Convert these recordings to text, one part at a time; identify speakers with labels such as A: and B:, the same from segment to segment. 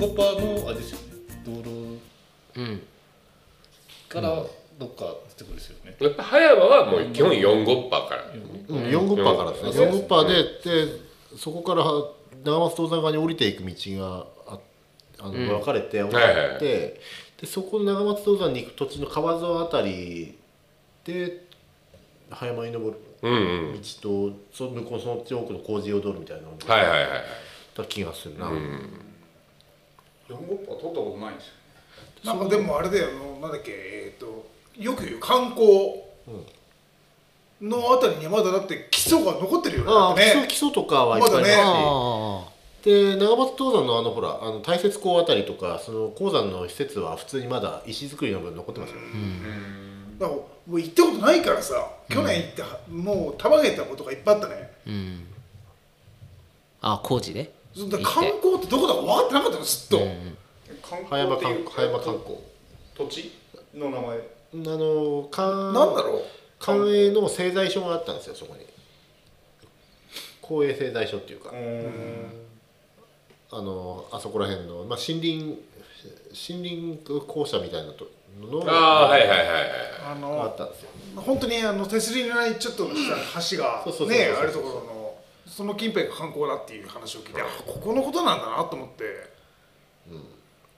A: コパのあれですよね道路
B: うん
A: からどっかってことですよね、
C: やっぱ葉山はもう基本4五パーから
B: うん
D: 4五パーからですね
C: うん
D: 4五パーででそこから長松東山側に降りていく道がああの
B: うん
D: 分かれて分か
C: はいはい
D: れてでそこの長松東山に行く途中の川沢あたりで早間に登る
C: うんう
D: 道
C: ん
D: とその向こうそっち奥の工事用道路みたいなのが
C: はいはいはい
D: った気がするな、
C: うん
E: 四五パー取ったことないんですよなんかでもあれだよあのなんだっけえっ、とよく言う観光のあたりにまだだって基礎が残ってるよね
D: ああ、
E: だって
D: 基
E: ね
D: 礎基礎とかはいっぱいあるし、
E: まだ
B: ああ
D: で長松東山のあのほらあの大雪港あたりとかその鉱山の施設は普通にまだ石造りの分残ってますよ、
E: だからもう行ったことないからさ去年行って、もうたまげたことがいっぱいあったね
B: うんあ工事で
E: そんな観光ってどこだか分かってなかったのずっと、
B: うん
F: 観
D: 葉山観葉山観光
F: 土地の名前
D: あの関
E: なんだろう
D: 関営の製材所があったんですよそこに公営製材所っていうか、あのあそこら辺の、まあ、森林森林公社みたいなとの
C: ああはいはいはいはい
E: あ
D: があっ
E: の
D: たんですよ
E: 本当にあの手すりのないちょっとした橋が
D: そうそうそうそう
E: ねあるところのその近辺が観光だっていう話を聞いてあここのことなんだなと思って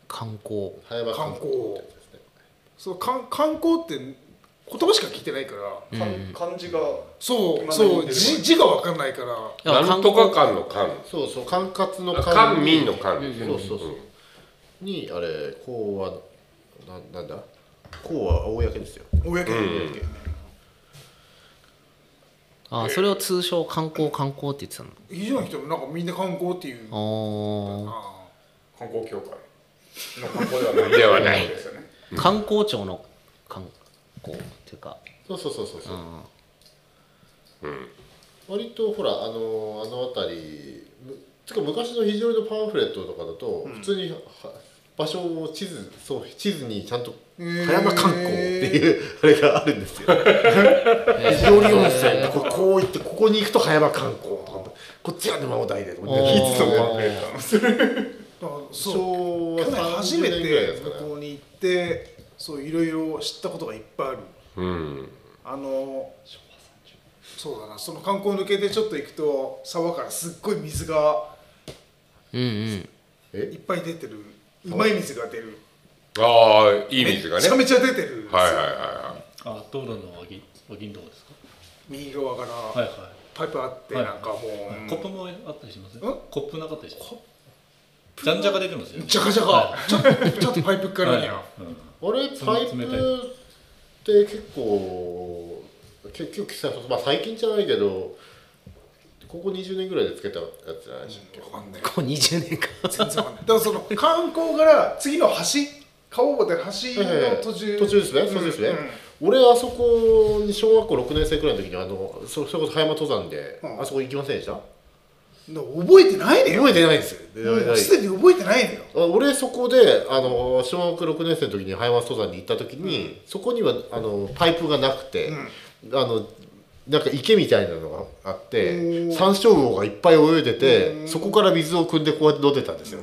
B: 観光
D: 葉山
E: 観光
D: ですね
E: そう観観光って言葉しか聞いてないから
F: かん漢字が
E: そう
F: 今何言
E: そ
F: って
E: う
F: る
E: 字字が分かんないから
C: なんとか館の館
D: そうそう管轄の
C: あ官民の官ですね
D: そうそうそう、にあれこうはななんだこうは公ですよ
E: 公に
C: うん
B: あそれを通称観光観光って言ってたの
E: 以上の人もなんかみんな観光っていう
B: あ
E: あ
F: 観光協会の観光ではない
C: ではない
F: ですよね
B: あ観光庁の観光っていうか
D: そうそうそうそうそううん割とほらあのあの辺りむつか昔の非常のパンフレットとかだと、普通には場所を地図そう地図にちゃんと「
E: あへ
D: 葉
E: ー
D: 山観光」っていうあれがあるんですよ。非常に温泉ここう行ってここに行くと葉山観光とかこっちが沼尾台でとか言っていつとか
E: だからそう
D: 昭和
E: 去年初め
D: 30
E: て
D: 年ぐらいですか
E: 向
D: ね。
E: こうに行ってそういろいろ知ったことがいっぱいある
C: うん
E: あのそうだなその観光抜けてちょっと行くと沢からすっごい水が
B: うんうん
E: いっぱい出てるうまい水が出る
C: ああいい水が
E: め
C: ね
E: ちゃ
C: はい
E: めちゃ出てる
C: はいはいはい
A: あ道路の脇脇のとこですか
E: 右側か
A: は
E: ら
A: いはい
E: パイプあって
A: はい
E: なんかも
A: コップもあったりしません
E: ん
A: コップなかったりしますじゃんじゃか出てますよ
E: う
A: ね
E: ジャカジャカちょちょっとパイプからには
A: うん
D: あれパイ
A: 冷たい
D: プって結構結局さ、まあ、最近じゃないけどここ20年ぐらいでつけたやつじゃないでし
E: わかんない
B: こう20年間
E: 全然わかんないだからその観光から次の橋川をで橋
D: ええ
E: の途中
D: 途中ですね、そうですね、俺あそこに小学校6年生くらいの時にあのそそれこそ葉山登山で、
E: うん
D: あそこ行きませんでした
E: うんうん覚えてないのよ
D: 覚えてないんですよ、
E: もうすでに覚えてないのよ
D: あ俺そこであの小学6年生の時に葉山登山に行った時に、そこにはあのパイプがなくて、あのなんか池みたいなのがあって
E: おー
D: サンショウウオがいっぱい泳いでてそこから水を汲んでこうやって飲んでたんですよ。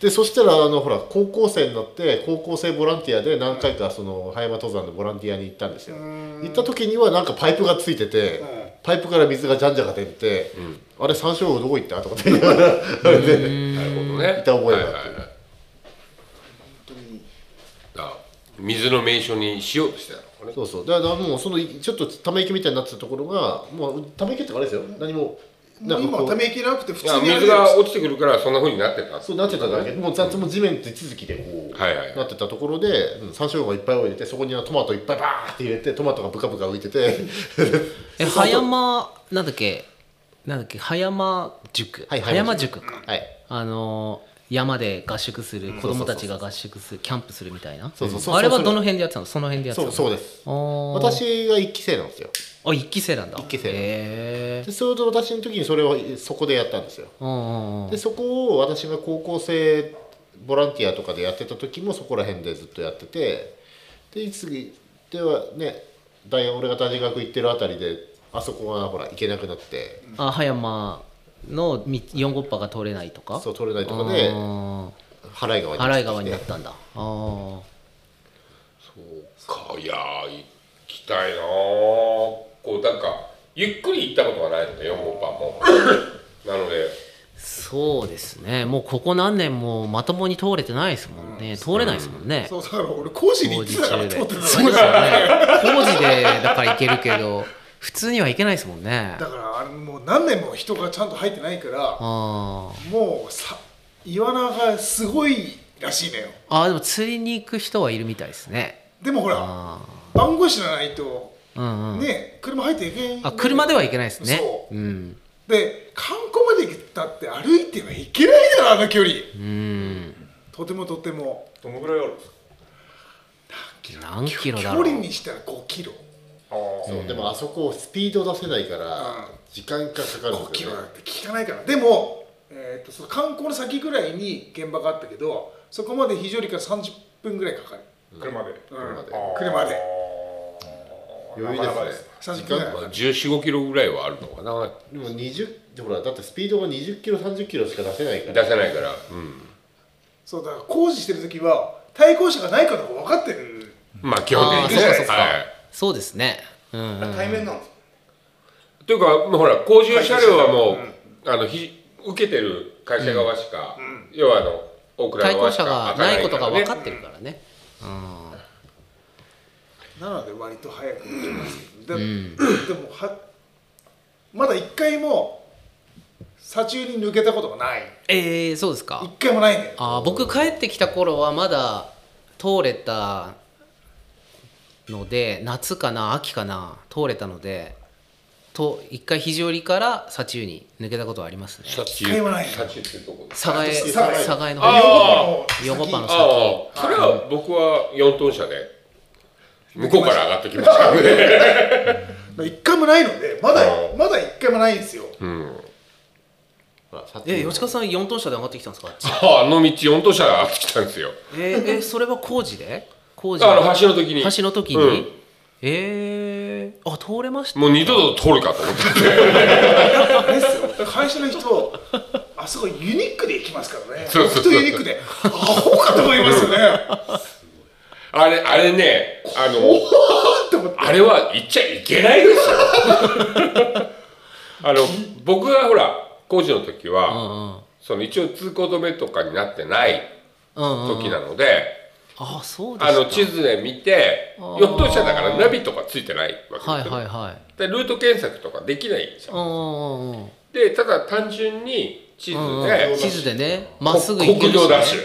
D: でそしたらあのほら高校生になって高校生ボランティアで何回かその葉山登山のボランティアに行ったんですよ。行った時にはなんかパイプがついてて、パイプから水がじゃんじゃが出て、あれ山椒魚どこ行ったとかって言いながらあれで
C: なるほどね
D: いた覚えがあ
C: は
D: る
C: いはいはいあ水の名所にしようとしてたのかね
D: そうそうだからもうそのちょっとため池みたいになってたところがもうため池ってあれですよ何も
E: もう今
D: こ
E: は
D: う
E: ため息なくて
C: い
E: 普通
C: や
E: にあ
C: 水
E: れだよ
C: が落ちてくるからそんな風になってた
D: そうなってただけもう雑も地面って続きでこう、
C: はいはい
D: なってたところでうん山椒魚がいっぱい泳いでてそこにはトマトいっぱいバーって入れてトマトがブカブカ浮いてて
B: え葉山なんだっけなんだっけ葉山塾、
D: はい
B: 葉山塾か、
D: はい
B: あのー山で合宿する子供たちが合宿するキャンプするみたいな
D: そうそうそう
B: あれは
D: それ
B: どの辺でやってたのその辺でやってた
D: そ
B: の
D: うそうです
B: あー
D: 私が一期生なんですよ
B: あ一期生なんだ一
D: 期生
B: へえ
D: でそれと私の時にそれをそこでやったんですよ
B: うんうん
D: でそこを私が高校生ボランティアとかでやってた時もそこら辺でずっとやっててでいつではね大学俺が大学行ってるあたりであそこがほら行けなくなって
B: あ葉山のみ4五波が取れないとか
D: そう取れないとかで
B: あ
D: 払
B: ー
D: い川に
B: 払い側になったんだああ
C: そうかいやー行きたいなーこうなんかゆっくり行ったことがないので4号パンもなので
B: そうですねもうここ何年もまともに通れてないですもんね、通れないですもんね、
E: そうだから俺講師に行
B: 工
E: って
B: 事中で
E: たから通ってただ
B: そう
E: け
B: ですよね工事でだから行けるけど普通には行けないですもんね
E: だからあれもう何年も人がちゃんと入ってないから
B: あー
E: もうさイワナがすごいらしいのよ
B: あーでも釣りに行く人はいるみたいですね
E: でもほら
B: あ
E: 番号知らないと
B: ーうんうん、
E: ね車入っていけん
B: あ車ではいけないですね
E: そう
B: うん
E: で観光まで行ったって歩いてはいけないだろあの距離
B: うん
E: とてもとても
F: どのぐらいあるんですか
B: 何キロ
E: 距
B: だろう
E: 離にしたら5キロ
F: ああ
D: そうでもあそこスピード出せないから
E: うん
D: 時間がかかるん
E: 5
D: です
E: キ
D: よ
E: ロ
D: ね
E: なんて聞かないからでも、えー、とその観光の先ぐらいに現場があったけどそこまで非常にから30分ぐらいかかる、
F: 車で
E: うん
D: 車で
E: 車で
D: 余裕ですね時
E: 30分ぐ
D: 間
E: らい
C: まあ1 4 5キロぐらいはあるのかな
D: でも20ほらだってスピードが20キロ30キロしか出せないから
C: 出せないから、うん、
E: そうだから工事してる時は対向車がないかどうか分かってる
C: まあ基本的に
B: あー
C: ね
B: そっかそっか
C: はい
B: そうですねうん、うん、
F: 対面なんですか
C: というかもうほら工事用車両はもう、あのひ受けてる会社側しか、要はあの大倉
B: 対
C: 側
B: 向
C: し
B: 車
C: か
B: が
C: 開
B: ないこと
C: か
B: が
C: らね
B: 分かってるからねうん
E: なので割と早く行きますけどで,、 でもはまだ1回も左中に抜けたことがない
B: えー、そうですか
E: 1回もないね
B: あー僕帰ってきた頃はまだ通れたので夏かな秋かな通れたのでと一回肘折から左中に抜けたことはありますね
C: 車中
E: 一回もない
C: 車中ってどこ
B: 佐賀江
E: 佐
B: 佐
E: 賀江
B: 賀江の
C: あ
B: 方
E: ー
B: 横浜の
C: あ
B: 先
C: あそれは僕は4トン車で向こうから上がってきましたね
E: 1回もないのでまだ
C: うん
E: まだ1回もないんですよ
C: うん
D: ほらさっきの
B: え吉川さん4トン車で上がってきたんですか
C: ああの道4等車が上がってきたんですよ
B: えー、えそれは工事で工事
C: あの橋の時に
B: 橋の時に、
C: うん
B: えー、あ通れました
C: もう二度と通るかと思って
E: あれですよ会社の人あそこユニークで行きますからね
C: そうそうそう
E: 僕とユニークでアホかと思いますよね
C: あれあれねあの
E: あって思って
C: あれは行っちゃいけないですよあの僕がほら工事の時
B: うん
C: は、
B: うん
C: その一応通行止めとかになってない
B: うんうん
C: 時なので、
B: あそうです
C: あ
B: か
C: の地図で見て
B: あー
C: 4等車だからナビとかついてないわけですよ、
B: はいはいはい
C: でルート検索とかできないじゃ
B: うんんうんうん
C: でただ単純に地図
B: うん
C: で、
B: うん地図でね
C: こ
B: まっすぐ行ける
C: 国
B: し
C: 道ダッシ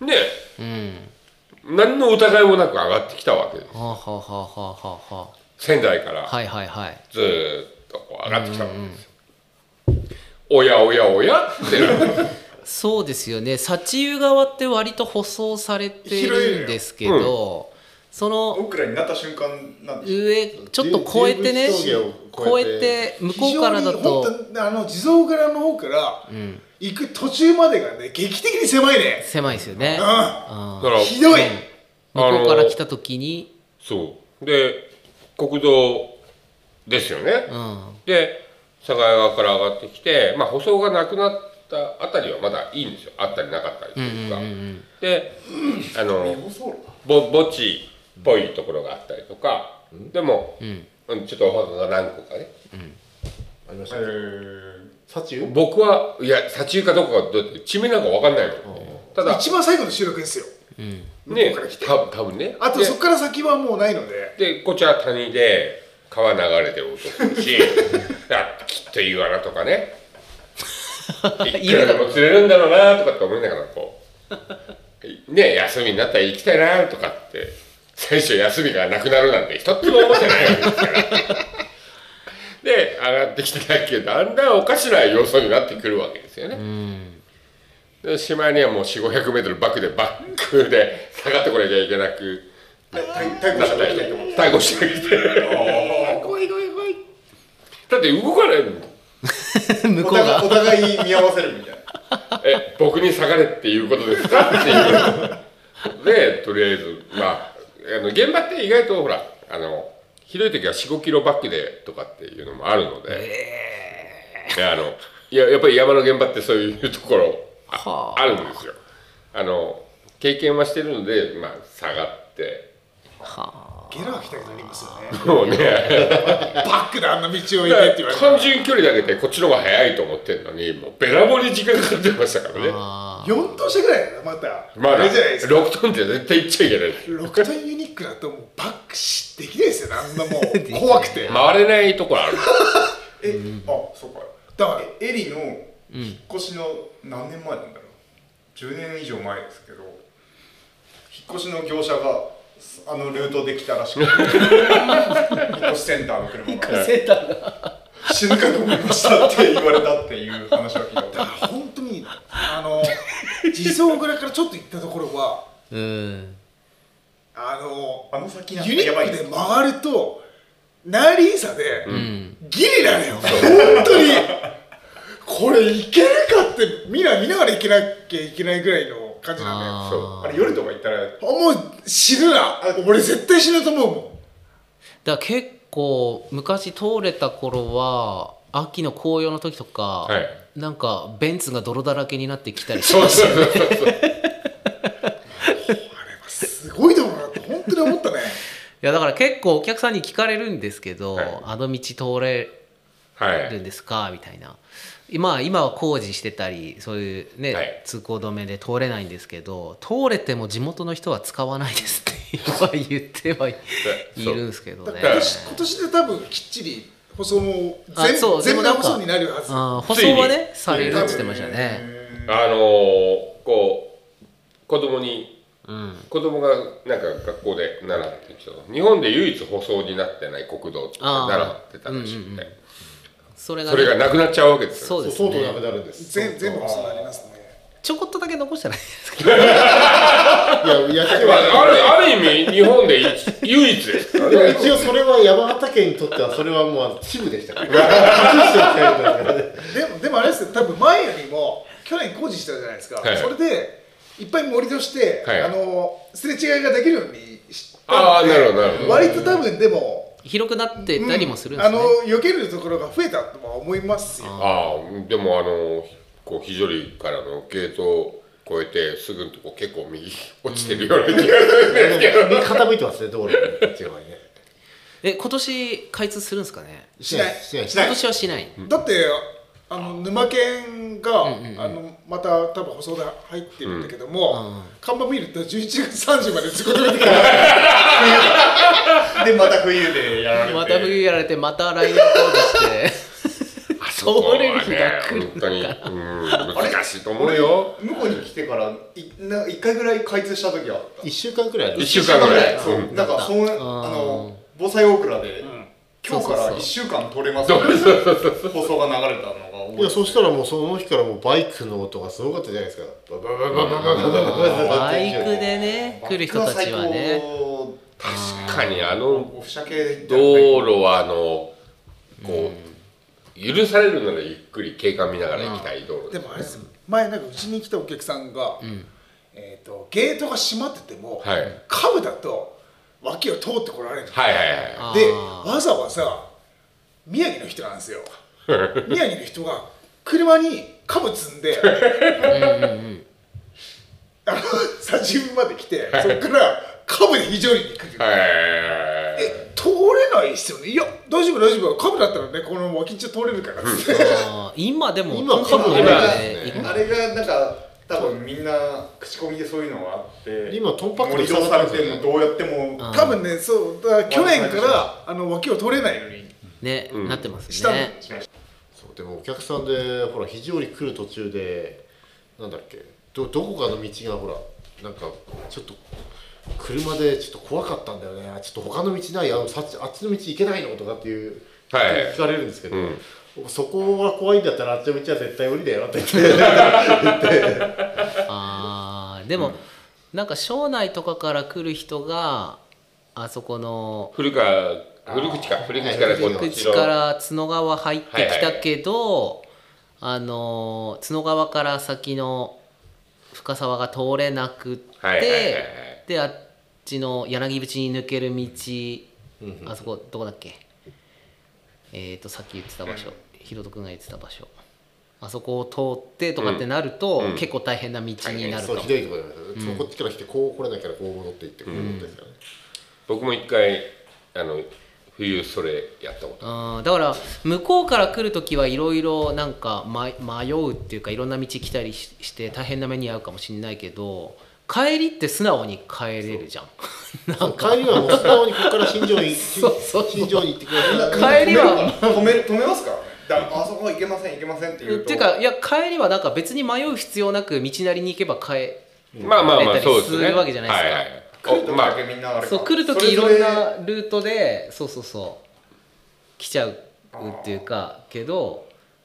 C: ュね
B: うん、うん、
C: 何の疑いもなく上がってきたわけです
B: はあはあはあはあはあは
C: 仙台から
B: あはいはいはい
C: ずーっとこう上がってきたわけですよ、おやおやおや ってなる
B: そうですよね幸湯川って割と舗装されてるんですけど、その
F: 僕らになった瞬間なんです
B: 上ちょっと越えてね
D: 竜
B: 越
D: 竜峠を越
B: えて
D: えて
B: 向こうからだ
E: 非常に
B: と
E: 本当にあの地蔵蔵の方から行く途中までがね劇的に狭いね
B: 狭いですよね、
E: う
B: うん
C: だから
E: んひどい
B: 向こうから来た時に、
C: そうで国道ですよね、
B: うん、
C: で境川から上がってきて、まあ、舗装がなくなったあたりはまだいいんですよあったりなかったりというか、であのぼ墓地っぽいところがあったりとか、でも、うんちょっとお墓が何個かね
D: ありまし
F: へ
D: た
F: え
D: サチュ
C: 僕はいや左中かどこかどうって地名なんか分かんないの、ただ
E: 一番最後の収録ですよ
C: ねた多分ね
E: あと
C: で
E: そこから先はもうないので
C: でこっちは谷で川流れてる音するしいやきっとイワナとかねいくらでも釣れるんだろうなとかって思いながらこうね休みになったら行きたいなとかって最初休みがなくなるなんて一つも思ってないわけですからで上がってきてだけどだんだんおかしな様相になってくるわけですよね。でしまいにはもう4 5 0 0メートルバックでバックで下がってこなきゃいけなく
F: 対抗
C: なった
F: 者が
C: り
F: 来
C: ね
F: たりとか
C: 対抗してきて
E: 怖い怖い怖い
C: だって動かないもん
B: 向こ
F: お
B: うが
F: 互いお互い見合わせるみたいな
C: え僕に下がれっていうことですかっていうでとりあえずまああの現場って意外とほらあのひどい時は4 5キロバックでとかっていうのもあるので、ねあのいややっぱり山の現場ってそういうところあ,、
B: はあ
C: あるんですよあの経験はしてるのでまあ下がって
B: は
E: ゲラが来たくなりますよね
C: もうね
E: バックであんな道を行けって言われたら
C: 単純距離だけでこっちの方が早いと思ってるのにもうべらぼうに時間かかってましたからね
B: あ
E: 4等車ぐらいだよまた
C: まあ
E: あれじゃないですか
C: 6トンって絶対行っちゃいけない
E: 6トンユニックだともうバックしできないですよねあんなもう怖く て
C: 回れないところある
F: え、あそうか
E: だから
F: えエリの引っ越しの何年前なんだろう10年以上前ですけど引っ越しの業者があのルートできたらし くて引っ越しセンターの車が
B: あセーターが
F: 死ぬかと思いましたって言われたっていう話は聞いたことある
E: 本当にあの 地蔵蔵からちょっと行ったところは
B: うん
E: あの
F: あの先なんか
E: ユニ
F: やば
E: ッ
F: い
E: ク
F: です
E: で回るとナーリーさで
B: うん
E: ギリなのよ本当にこれいけるかってみんな見ながら行けなきゃいけないぐらいの感じなのよ
B: あ
C: そ
B: ー
F: あれ夜とか行ったら
E: あもう死ぬな俺絶対死ぬと思うも
B: だから結構昔通れた頃は秋の紅葉の時とか、
C: はい
B: なんかベンツが泥だらけになってきたりして
C: そうそうそうそうん
E: すごいと思うなって本当に思ったね
B: いやだから結構お客さんに聞かれるんですけど、
C: はい
B: あの道通れ
C: は
B: る
C: い
B: んですかみたいな今今は工事してたりそういうね、
C: はい
B: 通行止めで通れないんですけど通れても地元の人は使わないですって言ってはいいるんですけど
E: だ
B: ね
E: から今年今年で多分きっちり舗装も
B: あ
E: 全
B: そう
E: 部全
B: でも
E: 部
B: なんか
E: 舗装になるはず
B: あー舗
C: ついに
B: 装はねされるって言ってましたね、
C: あのーこう子供に
B: うん、
C: 子供がなんか学校で習ってる人日本で唯一舗装になってない国道って
B: あー
C: 習ってたらしくて、
B: うんうんうんそれが,、
C: それがなくなっちゃうわけですよ
B: そうです
D: そうとな
B: ね
D: くなるんです
E: 全全部舗装になりますね
B: ちょこっとだけ残したらいいですか
D: いややっ
C: まあ、あるある意味日本で唯一ですから
D: でも
C: ね
D: 一応それは山形県にとってはそれはもう支部でしたから。は
E: でもでもあれですよ多分前よりも去年工事してたじゃないですか、
C: はい
E: それでいっぱい盛り土して、
C: はい
E: あのすれ違いができるようにした
C: ああ
E: の
C: なる
E: で
C: ほどなるほど
E: 割と多分でも、
B: 広くなってたりもするんで
E: あ
B: すね、
E: の避けるところが増えたとは思いますよ
C: ああでもあのこう非常にからのゲートを越えてすぐのとこ結構右落ちてるような気がするんですけど、
D: い傾いてますね道路にこっち側にね。
B: え今年開通するんですかね
E: しない
D: しない
E: しな
B: 今
E: い
B: 年はしない、
E: だってあの沼県が、あのまた多分舗装で入ってるんだけども、
B: うん
E: 看板見ると11月30までずっと 見てくる
F: でまた冬でやられて
B: また冬やられてまた来年工事して
C: あそこはね
B: 通れる日が来る
C: 本当に、うん、難しいと思うよ
F: 向こうに来てからいな1回ぐらい開通した時はあった
D: 一週間くらいあ
C: 1
D: ります
C: 週間ぐらい、
F: そう
C: うん
F: なんかその
B: あー
F: あの防災大倉で、今日
B: そうそう
F: から
B: そう
F: 1週間取れますみたいな放送が流れたのが多
D: いやそしたらもうその日からもうバイクの音がすごかったじゃないですか。バババババババババババ
B: バイクでね来る人たちはね
C: 確かにあの
F: オフ車系
C: 道路はあのこう、許されるならゆっくり景観見ながら行きたい道路
E: でもあれですよ前なんかうちに来たお客さんが、えー、とゲートが閉まってても、
C: はい
E: カブだと脇を通ってこられる、
C: はいはいは
B: あ
E: で
B: ー
E: わざわざ宮城の人なんですよ宮城の人が車にカブ積んで あの砂地まで来てそこからカブで非常に行くっていう
C: いはい
E: え通れないですよねいや大丈夫大丈夫カブだったらねこの脇道通れるからっつって、
B: あー今でも
D: 今
B: 多分
D: 今
B: ね
F: あれがなんか多分みんな口コミでそういうのがあって
D: 今トンパクト
F: 盛り土されてるのどうやっても
B: あー
E: 多分ねそうだから去年からあの脇を取れないように
B: ね、
C: うん
B: なってます
E: したの
B: ね
D: そうでもお客さんでほら肘折来る途中でなんだっけどどこかの道がほらなんかちょっと車でちょっと怖かったんだよねあちょっと他の道ないあのさっちあっちの道行けないのとかっていう
C: はい
D: 聞かれるんですけど、
C: うん
D: そこが怖いんだったらあっちの道は絶対無理だよって言って
B: あーでも、なんか省内とかから来る人があそこの
C: 古川古口か古口からこっち
B: 口
C: の
B: から角川入ってきたけど、あのー角川から先の深沢が通れなくって、
C: はいはいはいはい
B: であっちの柳口に抜ける道、あそこどこだっけえっ、ー、とさっき言ってた場所、ひろとくんが言ってた場所あそこを通ってとかってなると、
C: うんうん
B: 結構大変な道になるか
D: そう
B: も
D: ひどいところじゃないですか、そうこっちから来てこう来れなきゃこう戻っていってこう戻ってですからね、
C: 僕も一回あの冬それやったこと
B: あーだから向こうから来る時はいろいろなんかま迷うっていうかいろんな道来たりしして大変な目に遭うかもしれないけど帰りって素直に帰れるじゃん
D: そう帰りはもう素直にここから新庄に
B: そうそう
D: 新庄に行ってください
B: 帰りは
F: 止める止めますからねだあそこ行けません行けませんって言うと
B: っていうかいや帰りはなんか別に迷う必要なく道なりに行けば帰
C: まあまあまあそ
B: やった
C: うです
B: りす
C: ね
B: るわけじゃないですか
F: 来
C: はい
F: る
C: はい
F: と
C: お
F: き
C: ま
F: だ
C: あ
F: けみんなあれか
B: そう来る時いろんなルートでそうそうそう来ちゃうっていうかけど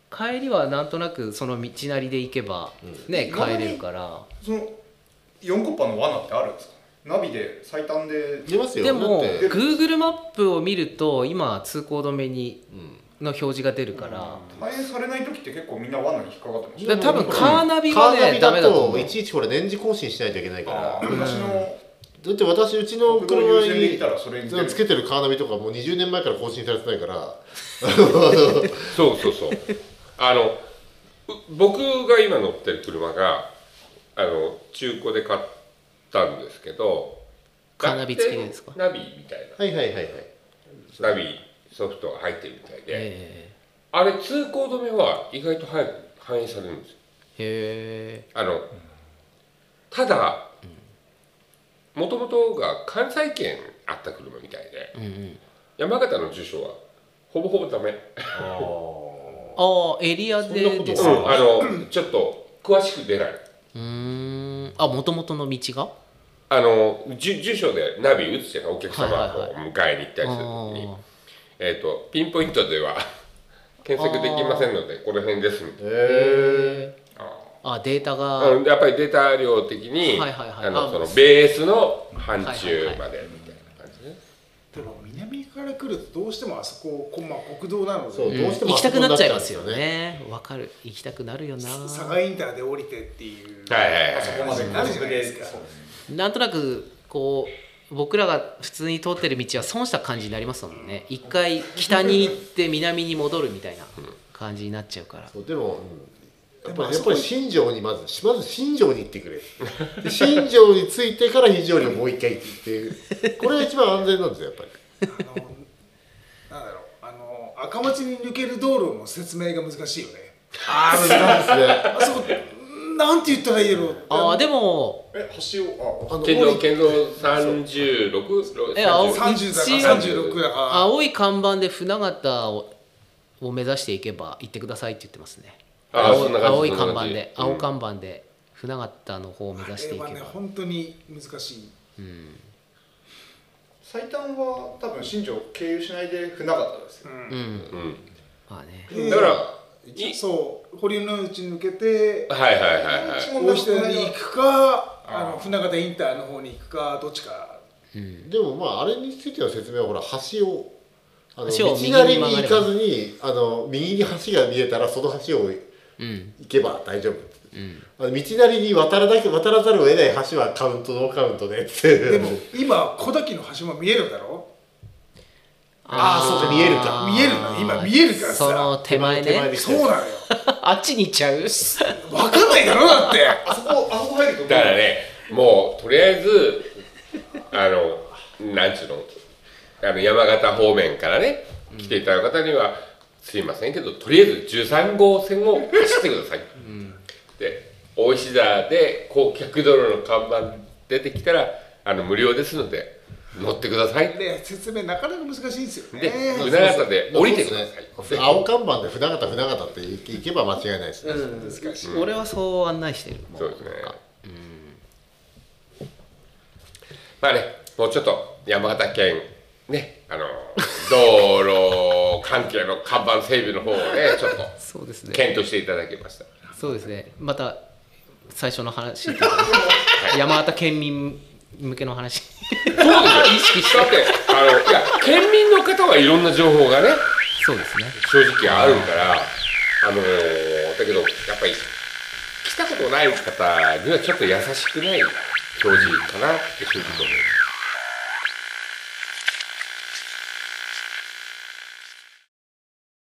B: 帰りはなんとなくその道なりで行けばね帰れるから。
F: その4コッパの罠ってあるんですかナビで最短で
D: 出ますよ
B: でも
D: だって
B: Google マップを見ると今通行止めにの表示が出るから,、
F: 反映されない時って結構みんな罠に引っかかってまし
B: だ
F: た
B: から多分カーナビ
D: カ
B: が
D: ーナ
B: ね
D: ビ
B: ダメだ
D: だ
B: と思
D: と
B: う
D: いちいちこれ年次更新しないといけないから
F: あー昔の
D: だって私うちの
F: 僕の優
D: 車
F: 先でき
D: に
F: たらそれに出
D: つ
F: る
D: けてるカーナビとかもう20年前から更新されてないから
C: そうそうそうあのう僕が今乗ってる車があの中古で買ったんですけど
B: カーナビ付きのやつか
C: ナビみたい
D: はいはいはいはい
C: なナビソフトが入ってるみたいで、
B: え
C: あれ通行止めは意外と早く反映されるんですよ
B: えへ
C: あのただもともとが関西圏あった車みたいで
B: えうんうん
C: 山形の住所はほぼほぼダメ
B: ああエリアでで
C: う
B: す
C: ん、
B: か
C: あのちょっと詳しく出ない
B: うんんあもともとの道が
C: あの住住所でナビ打つじゃないお客様
B: はいはい
C: を迎えに行ったりするのに、
B: あ
C: えー、とピンポイントでは検索できませんのでこの辺ですみた
B: ー
C: い
D: へ
B: へ
D: え
B: えあデータが、
C: なうんやっぱりデータ量的に
B: はいはいはい
C: あの
B: あ
C: そのベースの範疇までみたいな感じね
E: でも南から来るとどうしてもあそこ、こまあ、国道なの
D: そう
E: で
D: どうしても
B: 行きたくなっちゃいますよ
D: あそこになっ
B: ねわかる行きたくなるよな
E: 佐賀インターで降りてっていう
C: はいはいはい
F: あそこまで
E: なるじゃないですか
F: そう
B: なんとなくこう僕らが普通に通ってる道は損した感じになりますもんね一回北に行って南に戻るみたいな感じになっちゃうから
D: そうでも、うんやっぱ
E: でもあ
D: りや
E: そ
D: っ
E: こ
D: ぱり新庄にまずまず新庄に行ってくれで新庄に着いてから非常にもう一回行っていうこれが一番安全なんですよやっぱり
E: あのなんだろうあの赤町に抜ける道路の説明が難しいよね
D: ああ難しいですね
E: あそこなんて言ったらいいやろ
B: ああでも
F: え橋をあ
D: あの
C: 県道
D: 降り
C: 県道36
B: え青
C: 30
E: 30だ
B: 一
E: か36だか
B: 青い看板で船形をを目指していけば行ってくださいって言ってますね
C: あ
B: 青
C: そんな感じ
B: 青い
C: そん
B: 看
C: な
B: 板
C: 感じ
B: で
C: うん
B: 青看板で船形の方を目
E: あ
B: 指してい
E: れ
B: けば
E: はね本当に難しい
F: 最短は多分新庄経由しないで船形ですよ
B: うん
C: うん
B: まあね
C: だからい
E: そう堀の内抜けて
C: はいはいはいはい
E: 大下に行くかあの船形インターの方に行くかどっちか
D: でもまああれについての説明はほら橋をあの
B: 橋を
D: 道
B: 右に
D: なりに
B: 曲がれ
D: 行
B: ば
D: かずにあの右に橋が見えたらその橋を行
B: うん
D: けば大丈夫
B: うん
D: あの道なりに渡らなきゃ渡らざるを得ない橋はカウントノーカウントでって
E: でも今小滝の橋も見えるだろ
D: あーそうか見えるか
E: 見えるの今見えるからさ
B: その手前
D: 手前
B: ね
D: で
E: そうなのよ
B: あっちに行っちゃう
E: 分かんないだろだって
F: あそこあそこ入ると思う
C: だからねもうとりあえずあのなんちゅうのあの山形方面からね来ていただく方には、すいませんけどとりあえず13号線を走ってください、で大石田でこう客道路の看板出てきたらあの無料ですので乗ってくださいで
E: ね説明なかなか難しいんですよね
C: 船形で降りてください
D: そうですね青看板で船形船形って行けば間違いないですね、
B: 俺はそう案内してるも
C: そうですねまあねもうちょっと山形県ね あの道路関係の看板整備の方をねちょっと
B: そうですね
C: 検討していただきました
B: そうですねまた最初の話山形県民向けの話
C: そうですよ意識してだってあのいや県民の方はいろんな情報がね
B: そうですね
C: 正直あるからあのーだけどやっぱり来たことない方にはちょっと優しくない表示かなって正直思います